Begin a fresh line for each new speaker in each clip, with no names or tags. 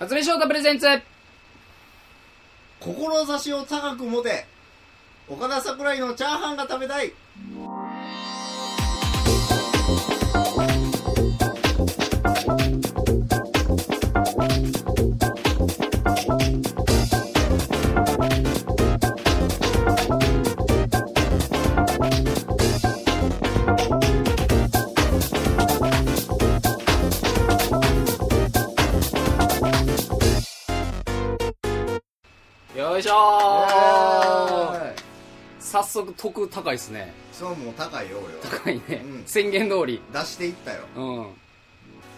初見翔太プレゼンツ
志を高く持て岡田桜井のチャーハンが食べたい
よいしょー
はい
早速得高いっすね
そうもう高いよ俺は
高いね、
うん
宣言通り
出していったよ
うん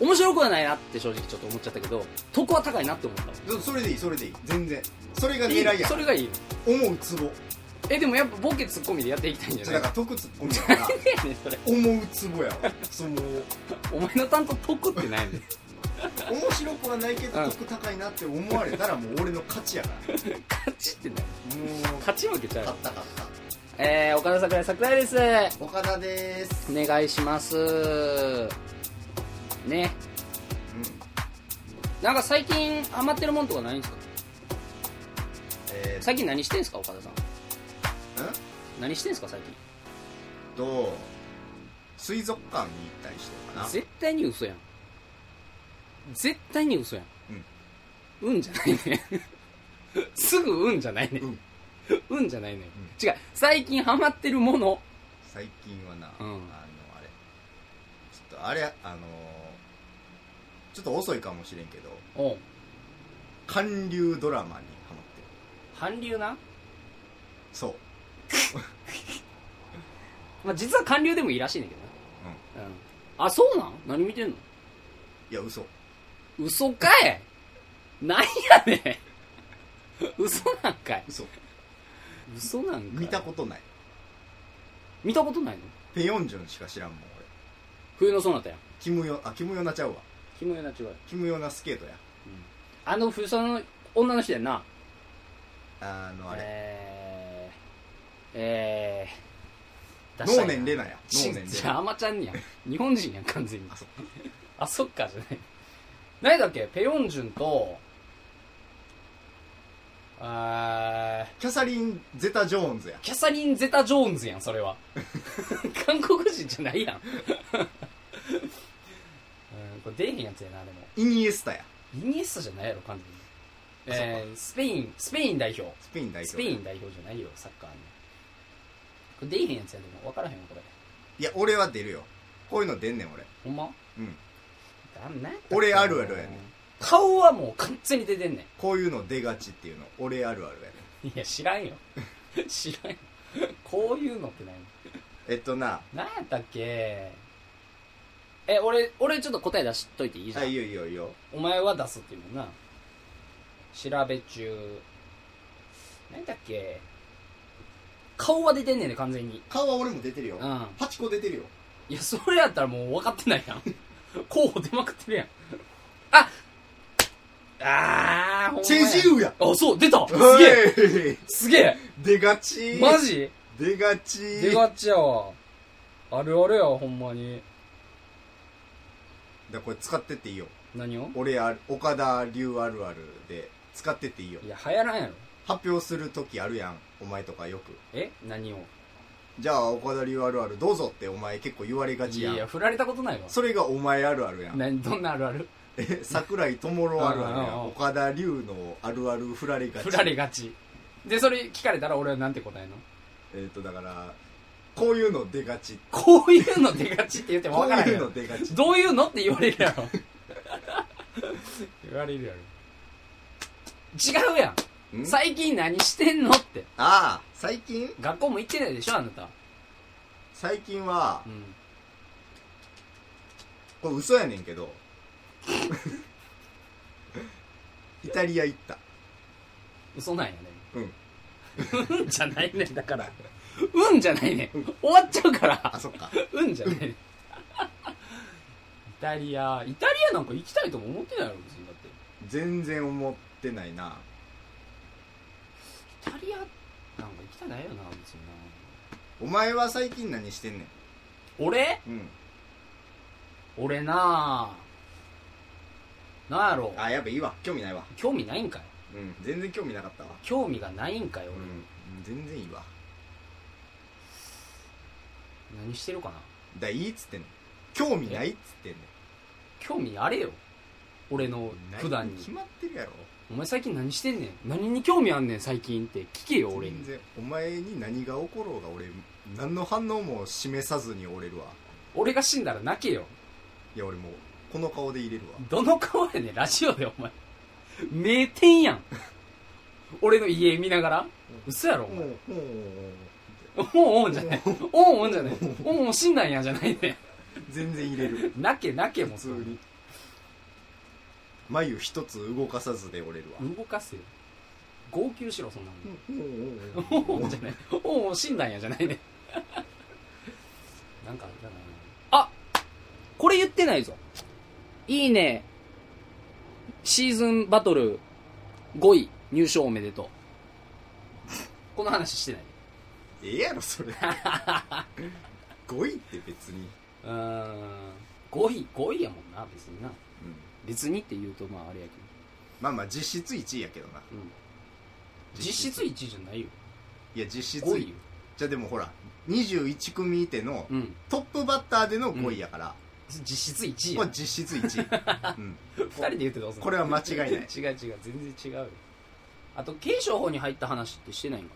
面白くはないなって正直ちょっと思っちゃったけど得は高いなって思った
そそれでいいそれでいい全然それが狙い
いい
や
それがいいよ
思うツボ
えでもやっぱボケツッコミでやっていきたいんじゃな
だ
い
から得ツッコミやから
何でやねんそれ
思うツボやわその
お前の担当得って ないねん
面白くはないけ
う
ど
ん
得高いなって思われたらもう俺の勝ちやからも
勝ちってないう勝ち負けちゃうよ
勝った勝った
えー、岡田桜井桜井です
岡田です
お願いしますね
うん
なんか最近ハマってるもんとかないんですか
えー、
最近何してんすか岡田さん
ん
何してんすか最近
と水族館に行ったりしてるかな
絶対に嘘やん絶対に嘘やんうん、じゃないね すぐうんじゃないね
うん
うん、じゃないね、違う最近ハマってるもの
最近はな、
うん
あのあれちょっとあれあのーちょっと遅いかもしれんけど
おう
韓流ドラマにハマってる
韓流な、
そう
まあ、実は韓流でもいいらしいねんだけどな、うんあそうなん何見てんの
いや嘘
嘘かい なんやねん 嘘なんかい
嘘
嘘なんかい
見たことない
見たことないの
ペヨンジュンしか知らんもん俺
冬のソナタやん
キムヨあキムヨナちゃうわ
キモヨナ違う
キムヨナスケートや
あの冬ソナの女の人やんな
あのあれ
えー、えー、
能年レ
ナ
ナや能年レ
じゃあ
ナ
アマちゃんにやん日本人やん完全に
あそっか
あそっかじゃない何だっけペヨンジュンとあー
キャサリン・ゼタ・ジョーンズや
キャサリン・ゼタ・ジョーンズやんそれは 韓国人じゃないやん、 うん、これ出えへんやつやなでも
イニエスタや
イニエスタじゃないやろ完全に、
あ
えースペインスペイン代表
スペイン代
ス
表
ペイン代表じゃないよサッカーのこれ出えへんやつやでも分からへんわこれ
いや俺は出るよこういうの出んねん俺
ほんま
うん
だんな
俺あるあるやねん
顔はもう完全に出てんね
こういうの出がちっていうの俺あるあるやね
んいや知らんよ 知らんよこういうのってない
えっとな
なんやったっけえ俺俺ちょっと答え出しといていいじゃ
あ
ん
いいよいいよいいよ
お前は出すっていうもんな調べ中何だっけ顔は出てんねんね完全に
顔は俺も出てるよ
うん
8個出てるよ
いやそれやったらもう分かってないやん 候補出まくってるやんああーほんまや
チェジウや
あそう出たすげえ
え
すげえ
出がち
マジ
出がち
出がちやわあるあるやわほんまに
だこれ使ってっていいよ
何を
俺ある岡田流あるあるで使ってっていいよ
いや流行らんやろ
発表する時あるやんお前とかよく
え何を
じゃあ岡田流あるあるどうぞってお前結構言われが
い
ちや
や
ん
いや振られたことないわ
それがお前あるあるやん
何どんなあるある
え桜井智郎あるあるや
うんうんうん
ん岡田流のあるある振られがち
振られがちでそれ聞かれたら俺はなんて答えんの
えっ、とだからこういうの出がち
こういうの出がちって言っても
こ
分
う
からへん
い
や
うの
ろ
出がち
どういうのって 言われるやろ言われるやろ違うやん
ん
最近何してんのって
ああ最近
学校も行ってないでしょあなた
最近は
う、ん
これ嘘やねんけ どイタリア行った
嘘なんやね
うん
うんじゃないねん だからうんじゃないねん終わっちゃうから
あそっか
うんじゃないねんイタリアイタリアなんか行きたいとも思ってないやろ別にだって
全然思ってないな
イタリアなんか行きたないよな別にな
お前は最近何してんねん
俺
うん
俺なあなんやろう
あやっぱいいわ興味ないわ
興味ないんかい
うん全然興味なかったわ
興味がないんかい俺、
うん全然いいわ
何してるかな
だいいっつってんの興味ないっつってんの
興味あれよ俺の
ない
普段に
決まってるやろ
お前最近何してんねん何に興味あんねん最近って聞けよ俺に
全然お前に何が起ころうが俺何の反応も示さずに折れるわ
俺が死んだら泣けよ
いや俺もうこの顔で入れるわ
どの顔やねんラジオでお前名店やん俺の家見ながら嘘やろお前
うもう
おんおんじゃないおんおんじゃないおんおん死んだんやじゃないね
全然入れる
ん泣け泣け
普
も
通
それ
に眉一つ動かさずで折れるわ
動かせよ号泣しろそんなもん
うん
おおじゃないおお死んだんやじゃ ないねなんかだからあこれ言ってないぞいいねシーズンバトル5位入賞おめでとうこの話してない
ええやろそれ語彙って別に
うーん5位5位やもんな別にな
うん
別にって言うとまああれやけ
まあまあ実質1位やけどな
ど、うん、実質1位じゃないよ
いや実質
5位よ
じゃあでもほら21組いての
うん
トップバッターでの5位やから、
実質1位
こ
や
れ実質1位、うん、
2人で言ってどうすんの
これは間違いない
違う違う全然違うよあと軽商法に入った話ってしてないんか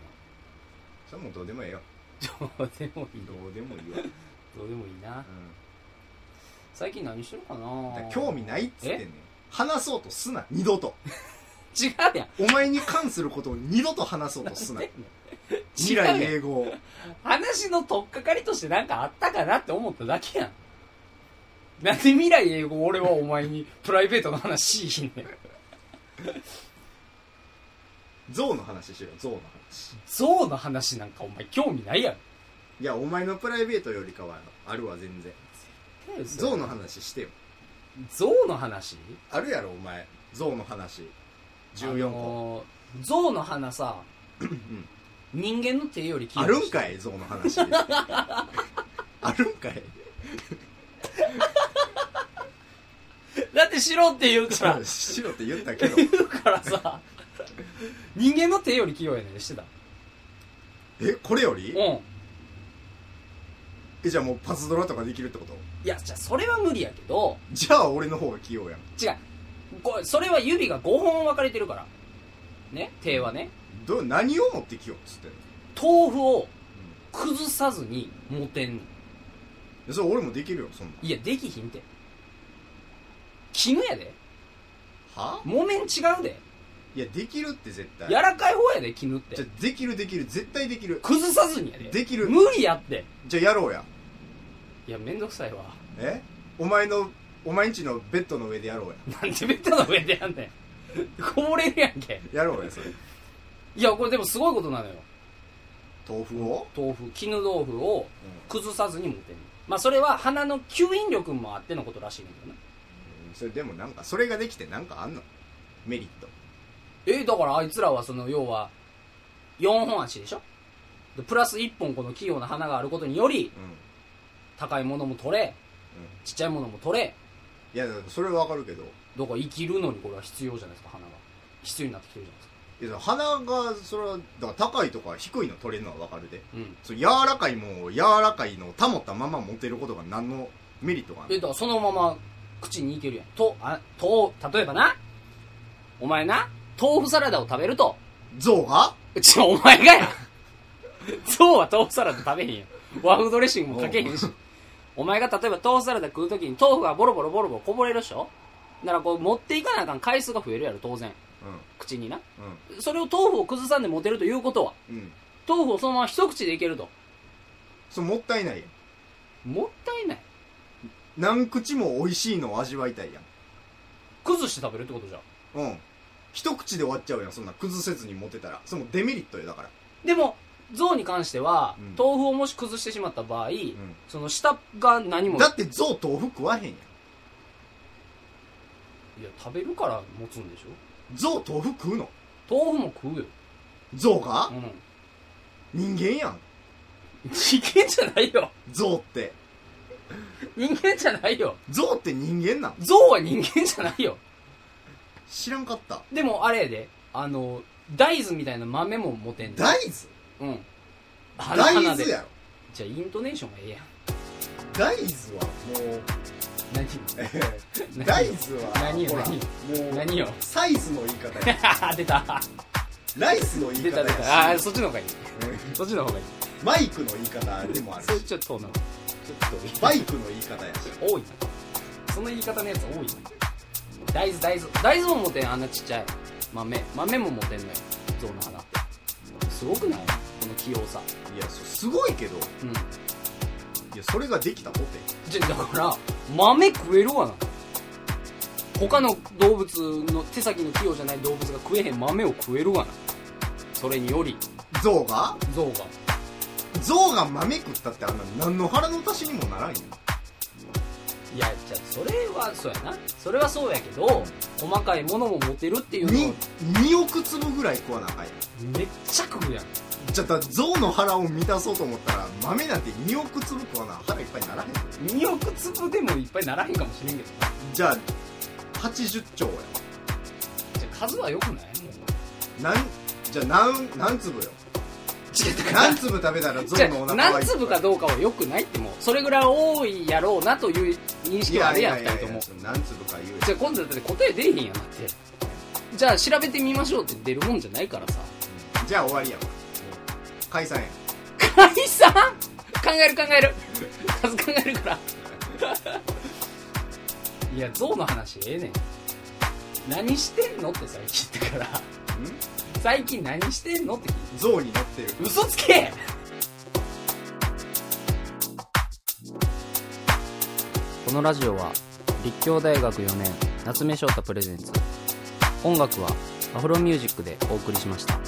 それもうどうでもええよ
などうでもいい
どうでもいいわ、
どうでもいいな
う、
最近何してるかなん
だから興味ないっつってんねん話そうとすな二度と
違うやん
お前に関することを二度と話そうとすな未
違
来
うやん
英語を
話の取っかかりとしてなんかあったかなって思っただけやんなんで未来英語俺はお前にプライベートの話しいひんねん
象の話しろよ象の話
象の話なんかお前興味ないやん
いやお前のプライベートよりかはあるわ全然象の話してよ
象の話
あるやろお前象の話
あ
14個、
のー象の鼻さ
ん
人間の手より
あるんかい象の話 あるんかい
だってしろって言うから
白って言ったけど
言うからさ人間の手より器用やねんしてた
えこれよ
う
り
んい
えじゃあもうパズドラとかできるってこと
やじゃあそれは無理やけど
じゃあ俺の方が器用やん
違うこそれは指が5本分かれてるからね手はね
どう何を持ってきようっつってんの、
豆腐を崩さずに持てんの
うん、それ俺もできるよそんなん
いやできひんて絹やで
は
木綿違うで
いやできるって絶対
柔らかい方やで絹っ
じ
て
ゃあできるできる絶対できる
崩さずにやで
できる
無理やって
じゃあやろうや
いやめんどくさいわ
えお前のお前んちのベッドの上でやろうや
なんでベッドの上でやんねん こぼれるやんけ
やろうやそれ
いやこれでもすごいことなのよ
豆腐を、
豆腐絹豆腐を崩さずに持てるまあそれは鼻の吸引力もあってのことらしいんだけどな
うん、それでもなんかそれができてなんかあんのメリット
えだからあいつらはその要は4本足でしょでプラス1本この器用な鼻があることにより
うんうん
高いものも取れちっちゃいものも取れ
いやそれはわかるけど
どこ生きるのにこれは必要じゃないですか鼻が必要になってきてるじ
いや鼻がそれはだから高いとか低いの取れるのはわかるで
ゃないですか
その柔らかいもんを柔らかいのを保ったまま持てることが何のメリットがあ
うんえ
る
だからそのまま口にいけるやんとあと例えばなお前な豆腐サラダを食べると
象が
うちお前が やゾウは豆腐サラダ食べへんやん和風ドレッシングもかけへんしお前が例えば豆腐サラダ食うときに豆腐がボロボロボロボロこぼれるでしょだからこう持っていかなあかん回数が増えるやろ当然口にな
う
それを豆腐を崩さんで持てるということは
んうんうん
豆腐をそのまま一口でいけると
それもったいないやん
もったいない
何口も美味しいのを味わいたいやん
崩して食べるってことじゃん
うん一口で終わっちゃうやんそんな崩せずに持てたらそれもデメリットよだから
でもゾウに関しては、
うん
豆腐をもし崩してしまった場合、
う
その下が何も
んだって象豆腐食わへんやん
いや食べるから持つんでしょ
象豆腐食うの
豆腐も食うよ
象が
うん
人間やん
人間じゃないよ
象って
人間じゃないよ
象って人間なん
象は人間じゃないよ
知らんかった
でもあれやであの大豆みたいな豆も持てんねん
大
うん
豆
花
大
々で
豆やろ
じゃあイントネーションがええやん
大豆はもう
何
えー
何
大豆は
何よ
ほら
何よ
もう
何よ
サイズの言い方 や
出た
ライスの言い
出
方
た
や
出たあー
し
そっちの方がいい
うん
そっちの方がいい
マイクの言い方でもある
それ
し
ちょっと遠なのちょっ
バイクの言い方やし
と多いなその言い方のやつ多いな大豆大豆大豆も持てんあんなちっちゃい豆豆も持てんのよ象の花ってすごくないこの器用さ
いやそすごいけど
うん
いやそれができたとて
じゃだから豆食えるわな他の動物の手先の器用じゃない動物が食えへん豆を食えるわなそれにより
ゾウが
象が
ゾウが豆食ったってあんな何の腹の足しにもならんよ
いやじゃあそれはそうやなそれはそうやけど細かいものも持てるっていうの
に
は
2億粒ぐらい食わなあかんやん
めっちゃ食うやん
じゃあだゾウの腹を満たそうと思ったら豆なんて2億粒食わな腹いっぱいにならへん
2億粒でもいっぱいならへんかもしれんけどな
じゃあ80兆や
じゃあ数は良くないも
なんじゃあ何何粒よ
う違う
何粒食べたらゾ
じゃ
ウのお
あ
腹は
何
いっぱい
粒かどうかは良くないってもうそれぐらい多いやろうなという認識はあれやん
い
二
やい
人
や
と
い
も
や何粒か言うよ
じゃあ今度だって答え出えへんやんだってじゃあ調べてみましょうって出るもんじゃないからさ
じゃあ終わりやわ解散や
解散考える考える数考えるからいや象の話ええねん何してんのって最近言ったから
ん
最近何してんのって聞い
ゾウに乗ってる
て嘘つけこのラジオは立教大学4年夏目翔太プレゼンツ音楽はアフロミュージックでお送りしました